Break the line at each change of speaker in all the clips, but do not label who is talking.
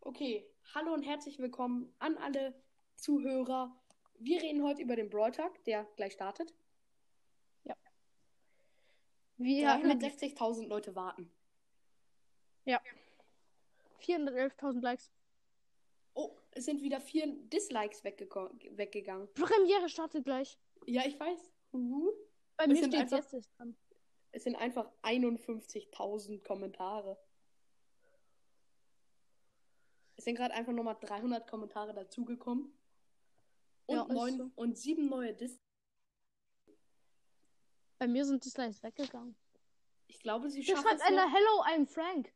Okay, hallo und herzlich willkommen an alle Zuhörer. Wir reden heute über den Brawl Tag, der gleich startet.
Wir hatten
360.000 Leute warten.
411.000 Likes.
Oh, es sind wieder vier Dislikes weggeko- weggegangen.
Premiere startet gleich.
Ja, ich weiß. Huhu.
Bei
Es
mir
sind
steht
einfach-
jetzt ist dran.
Es sind einfach 51.000 Kommentare. Es sind gerade einfach nochmal 300 Kommentare dazugekommen. Und,
Ja, ist
neun,
so.
und sieben neue Dis.
Bei mir sind Dislikes weggegangen.
Ich glaube, sie
Hier
schaffen
schreibt
es noch-
einer Hello, I'm Frank.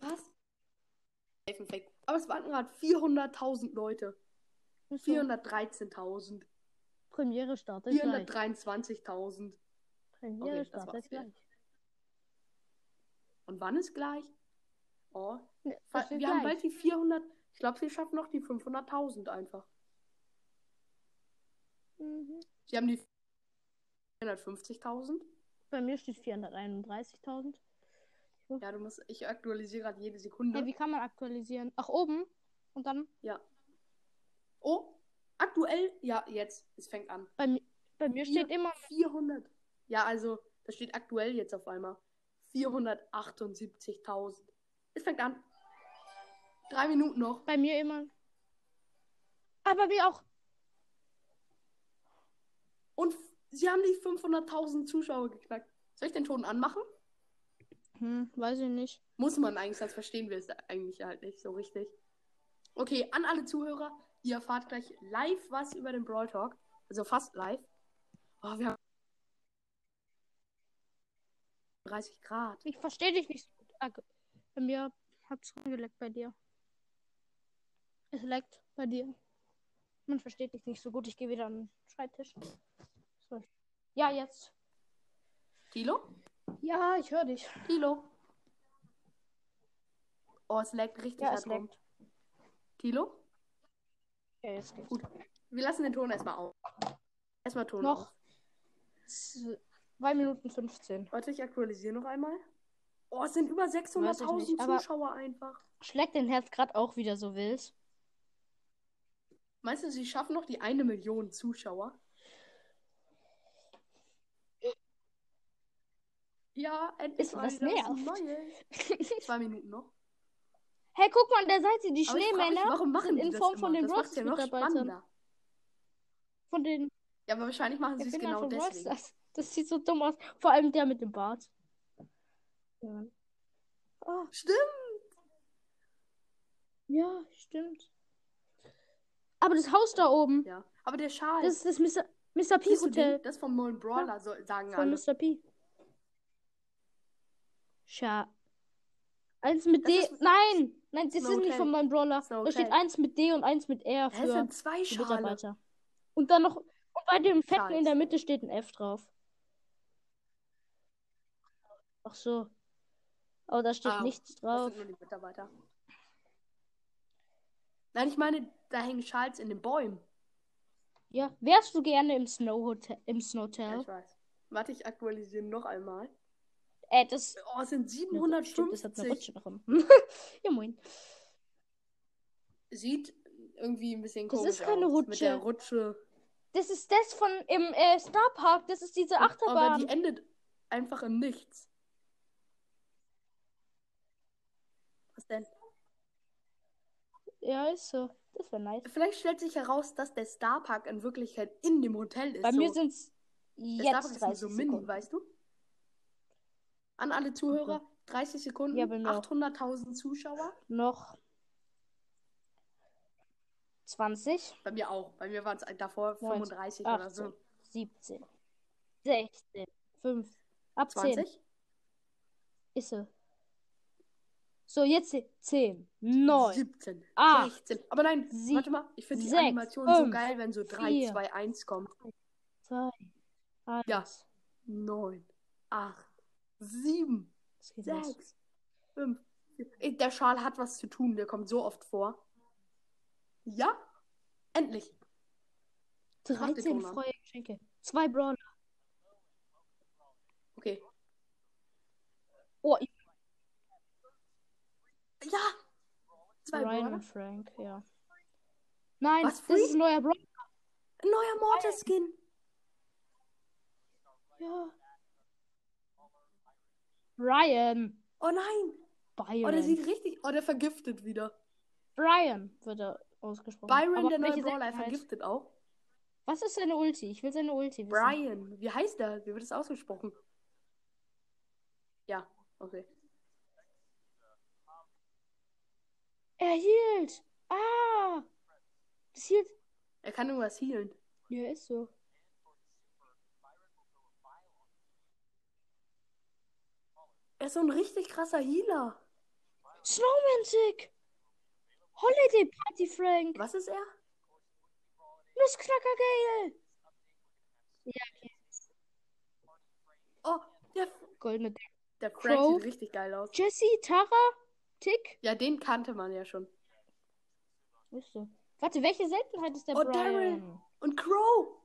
Was? Aber es waren gerade 400.000 Leute.
Ist so.
413.000.
Premiere startet gleich.
423.000. Okay,
Premiere
Oh, das war's
startet
wieder.
gleich.
Und wann ist gleich? Oh.
Ne,
Wir
das steht
haben
gleich.
bald die 400. Ich glaube, sie schaffen noch die 500.000 einfach.
Mhm.
Sie haben die 450.000.
Bei mir steht 431.000.
Ja, du musst. Ich aktualisiere gerade jede Sekunde.
Hey, wie kann man aktualisieren? Ach, oben. Und dann
oh, aktuell. Ja, jetzt. Es fängt an.
bei, mi- bei mir
Hier.
steht immer
400. Ja, also, das steht aktuell jetzt auf einmal. 478.000. Es fängt an. Drei Minuten noch.
bei mir immer. Ah, bei mir auch.
Und f- sie haben die 500.000 Zuschauer geknackt. Soll ich den Ton anmachen?
Hm, weiß ich nicht.
Muss man eigentlich, sonst verstehen wir es eigentlich halt nicht so richtig. Okay, an alle Zuhörer, ihr erfahrt gleich live was über den Brawl Talk. Also fast live. Oh, wir haben 30 Grad.
Ich verstehe dich nicht so gut. Ah, gu- Bei mir hat's rumgeleckt bei dir. Es leckt bei dir. Man versteht dich nicht so gut. Ich gehe wieder an den Schreibtisch. So. Ja, jetzt.
Tilo?
Ja, ich höre dich.
Tilo. Oh, es leckt richtig
Ja,
hart
es
rum. Tilo?
Ja, jetzt geht's.
Gut. Wir lassen den Ton erstmal auf. Erstmal Ton
Noch.
auf.
Z- Zwei Minuten 15.
Warte, ich aktualisiere noch einmal. Oh, es sind über
Weiß ich nicht,
600.000
aber-
Zuschauer einfach.
Schlägt dein Herz gerade auch wieder so willst.
Meinst du, sie schaffen noch die eine Million Zuschauer? Ja, endlich
Ist
mal
was
wieder
nervt.
Neues. Zwei Minuten noch.
hey, guck mal an der Seite, die
Aber ich frag mich,
Schneemänner
warum machen
in
die
Form
das
von
immer?
den
das macht's ja noch
Rockstar-Mitarbeitern.
spannender.
von den
Ja, aber wahrscheinlich machen sie es
Erfindern
genau
von Brawl
deswegen.
Stars. Das sieht so dumm aus. Vor allem der mit dem Bart. Ja. Ah,
Stimmt.
Ja, stimmt. Aber das Haus da oben,
Ja. Aber der Schal.
das ist das Mr. Mr. P
Siehst du den?
Hotel
Das vom neuen Brawler, so, sagen
von
alle.
Mr. P. Scha. Eins mit
Das
D.
ist-
Nein! Nein, das
ist
ist
ein
nicht
Hotel.
vom neuen Brawler.
Das ist ein
Da steht
Hotel.
eins mit D und eins mit R
Hä, Es
für
sind zwei
die
Schale.
Mitarbeiter. Und dann noch. Und bei dem Fetten
Schals.
in der Mitte steht ein F drauf. Ach so. Aber da steht
Ah,
nichts
Das
drauf.
sind nur die Mitarbeiter. Nein, ich meine, da hängen Schals in den Bäumen.
Ja. Wärst du gerne im Snow Hotel? Im
Ja,
Snowtel?
ich weiß. Warte, ich aktualisiere noch einmal.
Äh, das.
Oh, es sind
Stimmt, das hat
750.
eine Rutsche nach unten. ja, moin.
Sieht irgendwie ein bisschen
Das
komisch
ist keine
aus. Mit
Rutsche.
der Rutsche.
Das ist das von im äh, Star Park. Das ist diese
Aber
Achterbahn.
die endet einfach im Nichts. Was denn?
Ja, ist so. Das wäre nice.
Vielleicht stellt sich heraus, dass der Starpark in Wirklichkeit in dem Hotel ist.
Bei mir
so.
sind's
Der
jetzt
Starpark ist nur
30
so mini,
Sekunden.
weißt du? An alle Zuhörer, 30 Sekunden,
Ja, bei mir auch.
800.000 Zuschauer.
Noch 20,
Bei mir auch. Bei mir waren es davor
Neunzehn,
35 oder
18,
so.
17, 16, 5, ab 10.
20?
Ist so. So, jetzt 10, 9,
17.
8,
16. Aber nein,
Sie-
warte mal, ich finde die
sechs,
Animation so
fünf,
geil, wenn so 3,
vier.
2, 1 kommt.
2, 1.
Ja. 9, 8, 7,
Das geht los.
6, 5. Der Schal hat was zu tun, der kommt so oft vor. Ja? Endlich. Mach die
13
Tona.
freie Geschenke. 2 Brawler.
Okay.
Oh, ich-
Ja, zwei
Ryan
Brawler.
und Frank, ja. Nein,
Was,
das
Free?
ist ein neuer Brawler.
Ein neuer Mortis-Skin.
Ja. Ryan.
Oh nein.
Byron.
Oh, der sieht richtig. Oh, der vergiftet wieder.
Brian wird er ausgesprochen.
Byron,
Oh, Aber
der neue
welche
Brawler,
Seltenheit?
vergiftet auch.
Was ist seine Ulti? Ich will seine Ulti wissen.
Brian. Wie heißt der? Wie wird das ausgesprochen? Ja, okay.
Er hielt. Ah. Das hielt.
Er kann irgendwas healen.
Ja, ist so.
Er ist so ein richtig krasser Healer.
Snowmantic. Holiday Party Frank.
Was ist er?
Nussknacker Gale.
Oh, der,
Goldene
der Frank
Crow.
sieht richtig geil aus.
Jesse, Tara, Tick.
Ja, den kannte man ja schon.
Ist so. Warte, welche Seltenheit ist der
Oh,
Brian?
Und Crow.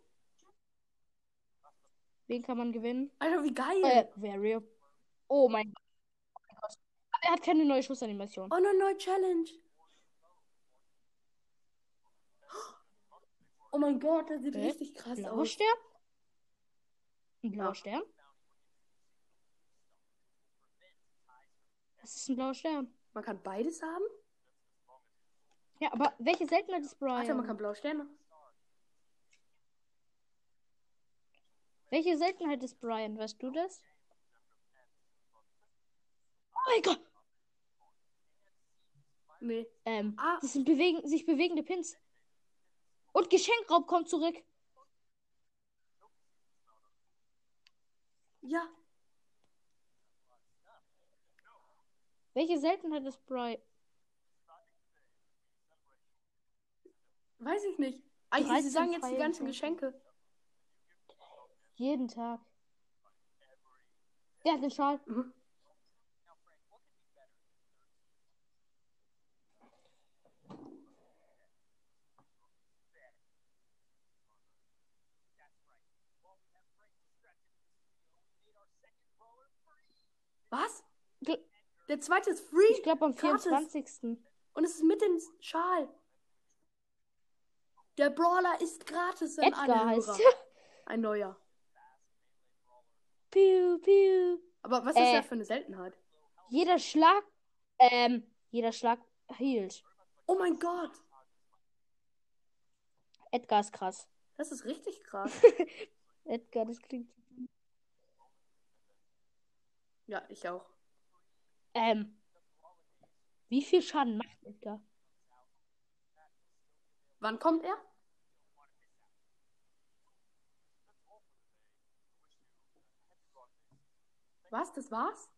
Wen kann man gewinnen?
Alter, wie geil.
Äh, Vario. Oh mein Gott. Oh mein Gott. Aber er hat keine neue Schussanimation.
Oh, eine neue Challenge. Oh mein Gott, das sieht
Hä?
richtig krass
Blauer
aus.
Stern? Ein
Ja.
blauer Stern? Das ist ein blauer Stern.
Man kann beides haben?
Ja, aber welche Seltenheit ist Brian?
Alter, man kann blaue Sterne.
welche Seltenheit ist Brian? Weißt du das? Oh mein Gott!
Nee.
Ähm,
Ah,
das sind bewegen, sich bewegende Pins. Und Geschenkraub kommt zurück.
ja.
Welche Seltenheit ist Brian?
Weiß ich nicht. Eigentlich, sie
13
sagen jetzt die ganzen
Pfeilchen.
Geschenke.
Jeden Tag. Der hat den Schal.
Mhm. Was?
Gl-
Der zweite ist
Ich
free
glaube am
Gratis.
24.
und es ist mit dem Schal. Der Brawler ist gratis an
Edgar
alle
heißt
Hörer. Ein neuer.
Piu, piu.
Aber was
Äh.
ist das für eine Seltenheit?
Jeder Schlag, ähm, jeder Schlag hielt.
Oh mein Gott,
Edgar ist krass.
das ist richtig krass.
Edgar, das klingt.
ja, ich auch.
Ähm. Wie viel Schaden macht Edgar?
Wann kommt er? Was? Das war's?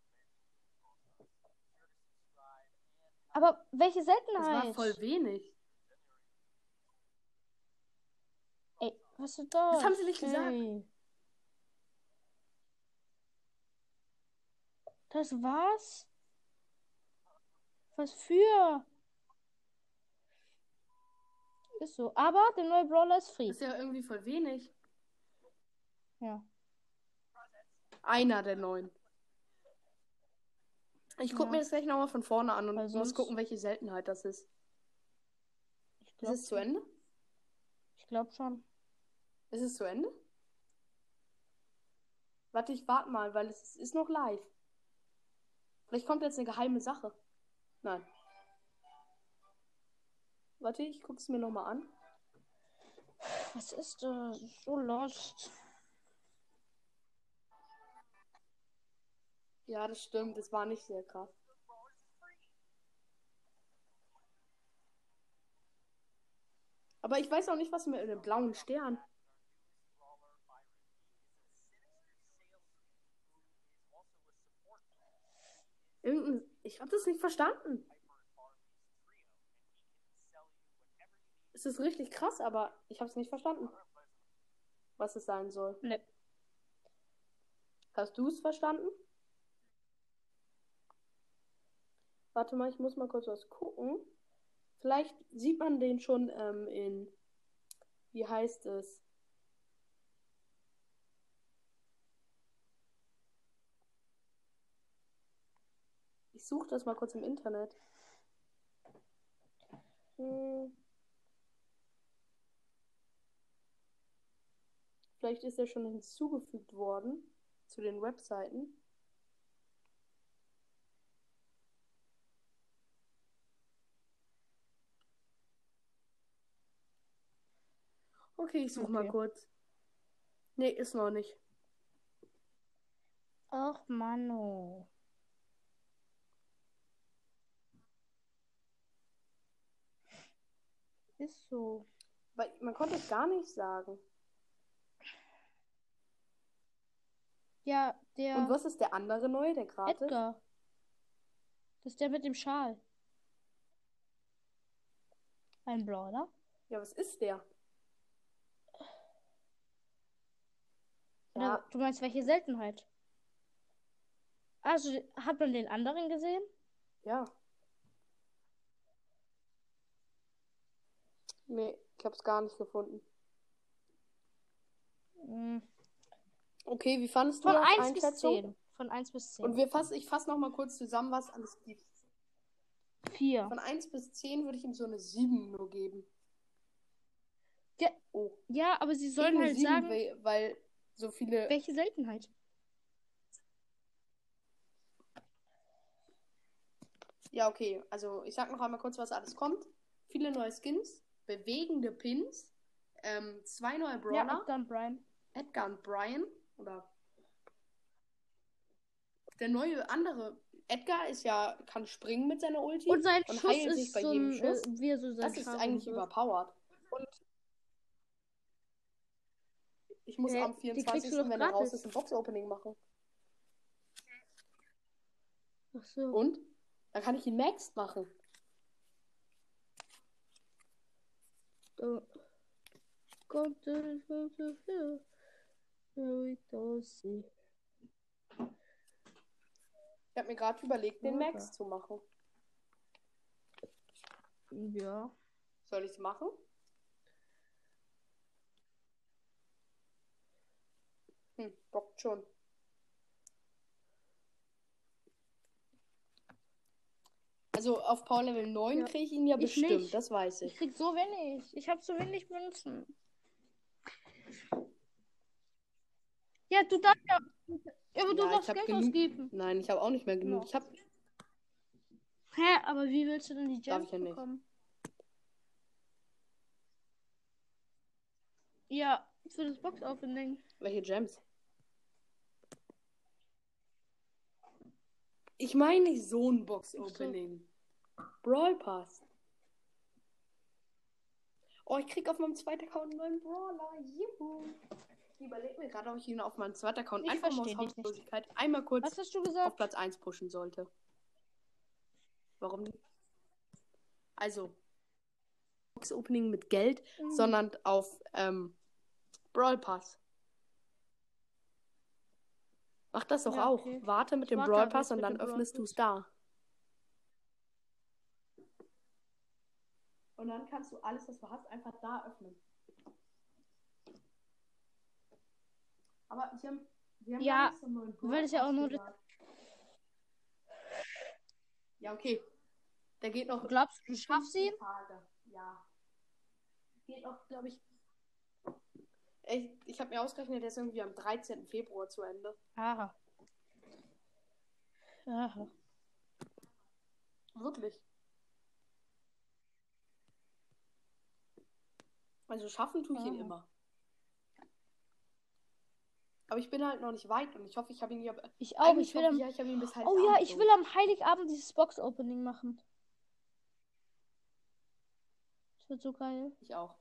Aber welche
Das war
Seltenheit?
voll wenig.
Ey, was ist das?
Das haben sie nicht gesagt.
Das war's? Was für? Ist so. Aber der neue Brawler ist free.
Das ist ja irgendwie voll wenig.
Ja.
Einer der neun. Ich guck
Ja.
mir das gleich nochmal von vorne an und
Weil
muss
sonst-
gucken, welche Seltenheit das ist.
Ich
Ist
glaub,
es zu Ende?
ich glaub schon.
Ist es zu Ende? Warte, ich warte mal, weil es ist noch live. Vielleicht kommt jetzt eine geheime Sache. Nein. Warte, ich guck's mir nochmal an.
Was ist das? So lost.
Ja, das stimmt. Das war nicht sehr krass. Aber ich weiß auch nicht, was mit dem blauen Stern. Irgendein, ich habe das nicht verstanden. Es ist richtig krass, aber ich habe es nicht verstanden, was es sein soll.
Ne.
Hast du es verstanden? Warte mal, ich muss mal kurz was gucken. Vielleicht sieht man den schon ähm, in. Wie heißt es? Ich suche das mal kurz im Internet. Hm. Vielleicht ist er schon hinzugefügt worden zu den Webseiten. Okay, ich suche mal
Okay.
kurz. Nee, ist noch nicht.
Ach, Mano. Ist so.
Weil man konnte es gar nicht sagen.
Ja, der
Und was ist der andere neue, der gerade?
Edgar. Das ist der mit dem Schal. Ein blauer.
Ja, was ist der?
Oder
Ja,
du meinst welche Seltenheit? Also, hat man den anderen gesehen?
ja. Nee, ich hab's gar nicht gefunden.
Hm.
Okay, wie fandest du
Von
das?
1 bis
Einschätzung?
10. Von 1 bis 10.
Und wir fass, ich fasse nochmal kurz zusammen, was alles gibt.
4.
Von 1 bis 10 würde ich ihm so eine 7 nur geben.
Ja.
Oh.
Ja, aber sie
Ich gebe
sollen
eine
halt
7,
sagen,
weil, weil so viele.
welche Seltenheit.
Ja, okay. Also ich sag noch einmal kurz, was alles kommt. Viele neue Skins, bewegende Pins, ähm, zwei neue Brawler,
Ja, Edgar und Brian.
Edgar und Brian. Oder der neue andere. Edgar ist ja, kann springen mit seiner Ulti.
Und sein
Und
Schuss
heilt sich
ist
bei
so
jedem
ein,
Schuss.
äh, wie er so
das
seinen
ist
Schaden
eigentlich
wirft.
überpowered. Und ich muss
Hä?
am
Äh, Die kriegst du
24.
doch
wenn er raus
gratis.
ist, ein Box-Opening machen.
Ach so.
Und dann kann ich ihn Max machen.
Da kommt der fünfte Flur. Ja, wie das sieht.
Ich habe mir gerade überlegt, den
Super.
Max zu machen.
Ja.
Soll ich es machen? Hm, bockt schon. Also auf Power Level 9
Ja.
kriege ich ihn ja
Ich
bestimmt,
nicht.
das weiß
Ich
ich.
krieg so wenig. Ich hab so wenig Münzen. Ja, du darfst ja. Aber du
Ja, ich
darfst
hab
Geld
genug-
ausgeben.
Nein, ich habe auch nicht mehr genug.
Ja.
Ich habe
Hä, aber wie willst du denn die
Darf
Gems
ich ja nicht.
bekommen? Ja, für das Box-Opening.
welche Gems? Ich meine nicht so ein Box
Ach so.
Opening. Brawl Pass. Oh, ich krieg auf meinem zweiten Account einen neuen Brawler. Juhu. Ich überlege mir gerade, ob ich ihn auf meinem zweiten Account
Ich
einfach mal aus
versteh dich nicht.
Hauptlosigkeit einmal kurz
Was hast du
auf
gesagt?
Platz 1 pushen sollte. Warum nicht? Also, Box Opening mit Geld,
Mhm.
sondern auf ähm, Brawl Pass. Mach das doch
Ja,
auch.
okay.
Warte halt mit
Ich
dem
warte
Brawl
aber
Pass
jetzt
und
mit
dann
dem Brawl
öffnest du es da. Und dann kannst du alles, was du hast, einfach da öffnen. Aber die haben, die haben
Ja,
gar nicht so einen neuen Brawl
weil es ja
Pass
auch nur-
gesagt. Ja, okay. Der geht noch
Glaubst du, du schaffst ihn?
Tage. Ja. Geht auch, glaube ich. Ich, ich habe mir ausgerechnet, der ist irgendwie am 13. Februar zu Ende.
Aha. Aha.
Wirklich. Also schaffen tue ich ihn
Aha.
immer. Aber ich bin halt noch nicht weit und ich hoffe, ich habe ihn ja.
Ich auch.
Eigentlich
Oh, Ich will
hoffe
am,
ja, ich habe ihn bis
oh ja,
Heiligabend
ich
so.
will am Heiligabend dieses Box-Opening machen. Das wird so geil.
Ich auch.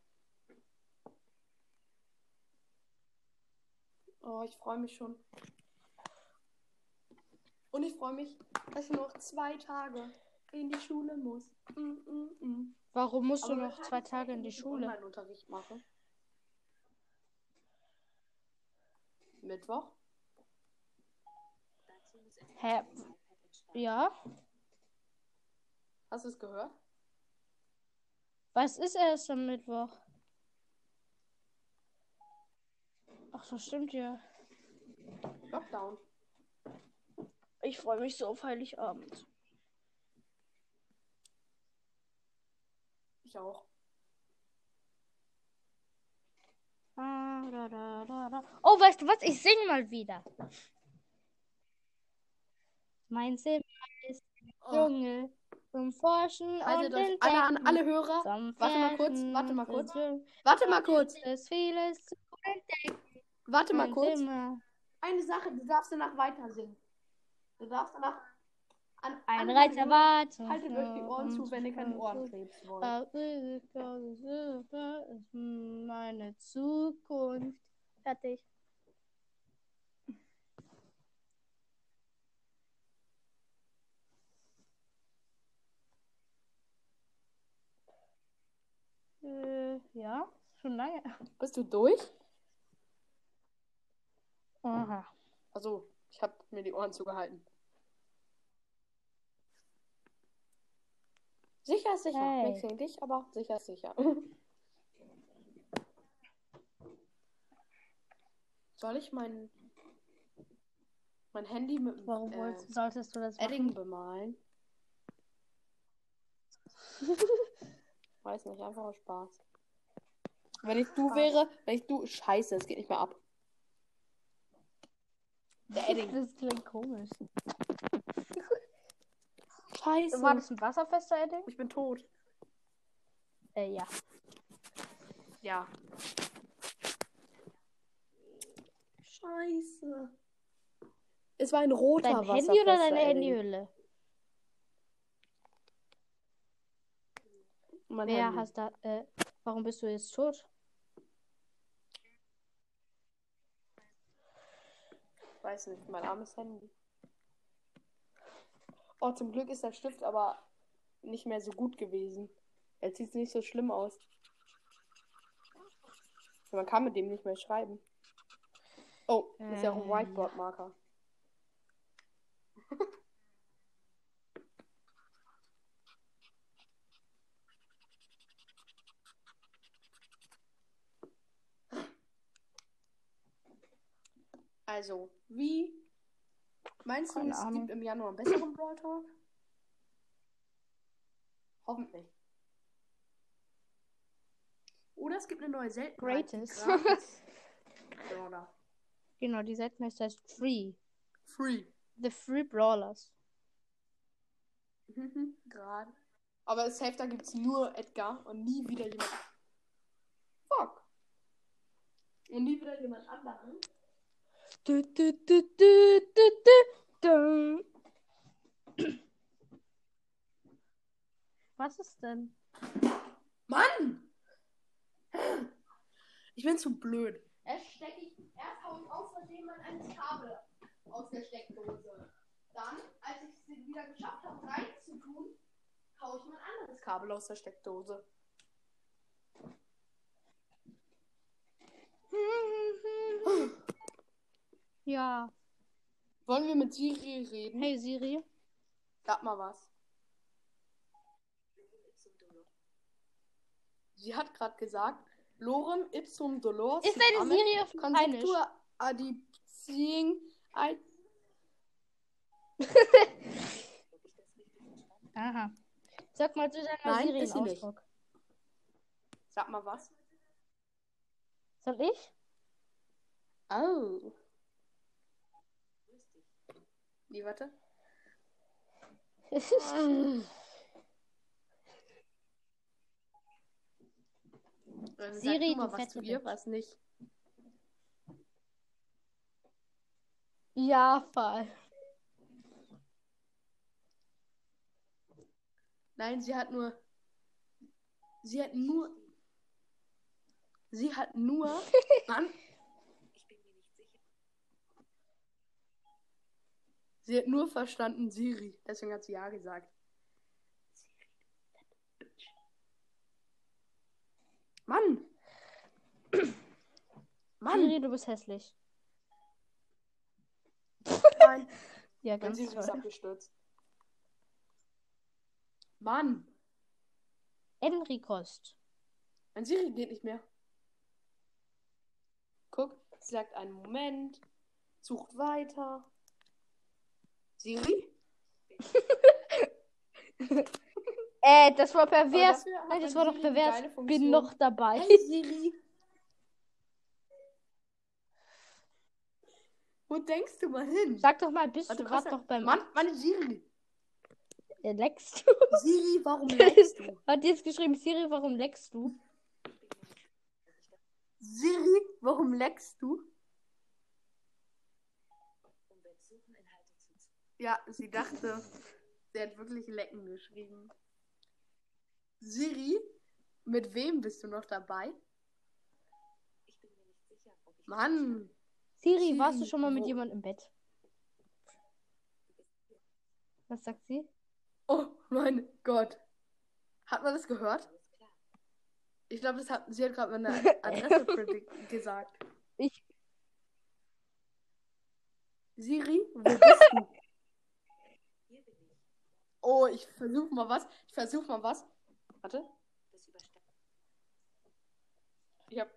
Oh, ich freue mich schon. Und ich freue mich, dass ich nur noch zwei Tage in die Schule muss. Mm, mm, mm.
Warum musst
Aber
du
dann
noch
kann
zwei
ich
Tage in die
wenigstens
Schule?
Online-Unterricht machen. Mittwoch?
Hä? Ja?
Hast du es gehört?
Was ist erst am Mittwoch? Ach, das stimmt ja.
Lockdown.
Ich freue mich so auf Heiligabend.
Ich ich auch.
Ah, da, da, da, da. Oh, weißt du was? Ich sing mal wieder. Mein Zimmer ist
Oh.
Junge zum Forschen
Also,
und
das, alle, an
Entdecken.
alle Hörer.
Zum
warte mal kurz,
Fern-
warte mal kurz.
Es
Warte mal kurz.
ist vieles zu entdecken.
Warte mal
Mein
kurz.
Zimmer.
Eine Sache, du darfst danach weiter singen. Du darfst danach an
Ein
andere
Reiz
Hörer-
erwartet.
Haltet euch die Ohren zu, wenn ihr keinen
uns.
Ohrenkrebs wollt.
Ah, äh, äh, äh, Meine Zukunft. Fertig. Äh, ja, schon lange.
Bist du durch?
Aha.
Also, ich habe mir die Ohren zugehalten. Sicher ist sicher.
Hey.
Nichts gegen dich, aber sicher ist sicher. Soll ich mein, mein Handy mit dem,
Warum
äh,
wolltest, solltest du das machen?
Edding bemalen? Weiß nicht, einfach aus Spaß. Wenn ich du
Spaß.
wäre, wenn ich du. Scheiße, es geht nicht mehr ab. Der Edding.
Das klingt komisch.
Scheiße.
War das ein wasserfester Edding?
Ich bin tot.
Äh, ja.
Ja. Scheiße. Es war ein roter
Dein Handy oder
wasserfester
deine
Edding.
Handyhülle?
Mein
Wer
Handy.
hast da. Äh, warum bist du jetzt tot?
Ich weiß nicht, mein armes Handy. Oh, zum Glück ist der Stift aber nicht mehr so gut gewesen. Jetzt sieht es nicht so schlimm aus. Man kann mit dem nicht mehr schreiben. Oh, ist ja auch ein
Ähm,
Whiteboard-Marker. Also, wie meinst du,
Keine
es
Ahnung.
gibt im Januar einen besseren Brawl Talk? Hoffentlich. Oder es gibt eine neue Seltenheit. die
Greatest.
gratis- Brawler.
Genau, die Seitenleiste heißt Free.
Free.
The Free Brawlers.
Mhm, Gerade. Aber safe, da gibt's nur Edgar und nie wieder jemand. Fuck. Und nie wieder jemand anderen.
Du, du, du, du, du, du, du. Was ist denn?
Mann! Ich bin zu blöd. Erst stecke ich, erst hau ich aus Versehen mein eines Kabel aus der Steckdose. Dann, als ich es wieder geschafft habe, reinzutun, hau ich mein anderes Kabel aus der Steckdose.
Ja.
Wollen wir mit Siri reden?
Hey Siri.
Sag mal was. Sie hat gerade gesagt, Lorem ipsum dolor.
Ist deine Siri auf Lateinisch?
Konjunktur adipsing als
Aha. Sag mal zu deiner
Nein,
Siri
ist sie
einen
nicht.
Ausdruck.
Sag mal was.
Soll ich?
Oh. Wie, warte. Also
Siri,
sag du mal
du
was zu
fette
ihr,
Bitch.
was nicht.
ja, voll.
Nein, sie hat nur. Sie hat nur. Sie hat nur. Mann. Sie hat nur verstanden Siri. Deswegen hat sie ja gesagt. Mann. Mann.
Siri, du bist hässlich.
Nein.
Ja,
Mein
ganz
Siri ist
toll.
abgestürzt. Mann.
Enricost.
Mein Siri geht nicht mehr. Guck, sie sagt einen Moment, sucht weiter. Siri?
Äh, das war pervers.
dafür hat
Nein, das
mein
war doch
Siri
pervers.
eine geile
Bin
Funktion.
noch dabei.
Hey Siri. Wo denkst du mal hin?
Sag doch mal, bist
Warte, was
du gerade
sag-
noch beim
Mann, meine Siri.
äh, Leckst du?
Siri, warum leckst du?
Hat jetzt geschrieben, Siri, warum leckst du?
Siri, warum leckst du? Ja, sie dachte, sie hat wirklich lecken geschrieben. Siri, mit wem bist du noch dabei? Mann,
Siri,
Siri,
warst du schon mal mit
wo-
jemandem im Bett? Was sagt sie?
oh mein Gott. Hat man das gehört? Ich glaube, das hat, sie hat gerade meine Adresse predict- gesagt.
Ich,
Siri, wo bist du? Oh, ich versuche mal was. Ich versuche mal was. Warte. Ich hab.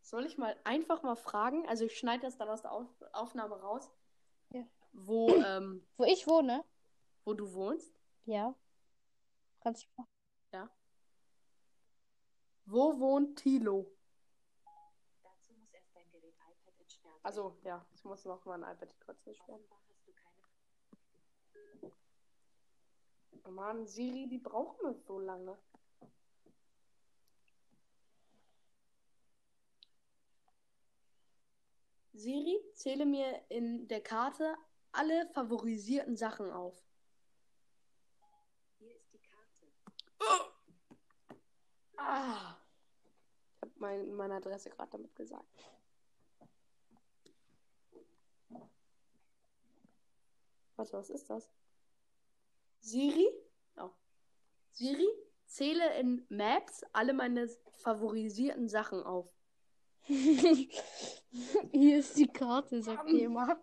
Soll ich mal einfach mal fragen? Also ich schneide das dann aus der Auf Aufnahme raus,
Ja.
wo, ähm,
wo ich wohne?
wo du wohnst.
Ja. Kannst du
Wo wohnt Tilo? Also, ja, ich muss noch mal ein iPad kurz entsperren. Oh Mann, Siri, die brauchen wir so lange. Siri, zähle mir in der Karte alle favorisierten Sachen auf. Ah. Ich habe mein, meine Adresse gerade damit gesagt. Warte, was ist das? Siri? Oh. Siri, zähle in Maps alle meine favorisierten Sachen auf.
Hier ist die Karte, sagt die immer.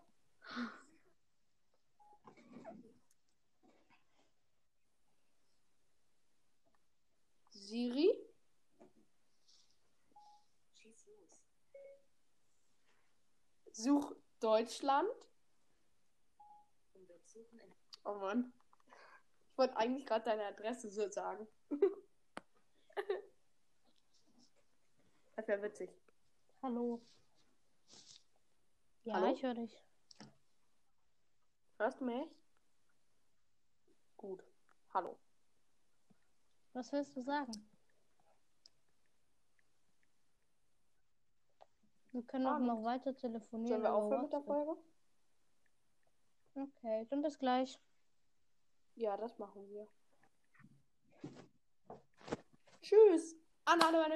Siri? Such Deutschland. Oh Mann. Ich wollte eigentlich gerade deine Adresse so sagen. Das wäre witzig.
Hallo. Ja,
Hallo?
ich höre dich.
Hörst du mich? Gut. Hallo.
Was willst du sagen? Wir können auch
Ah,
noch weiter telefonieren.
Sollen wir
über
aufhören mit der
WhatsApp.
Folge?
Okay, dann bis gleich.
Ja, das machen wir. Tschüss. An alle meine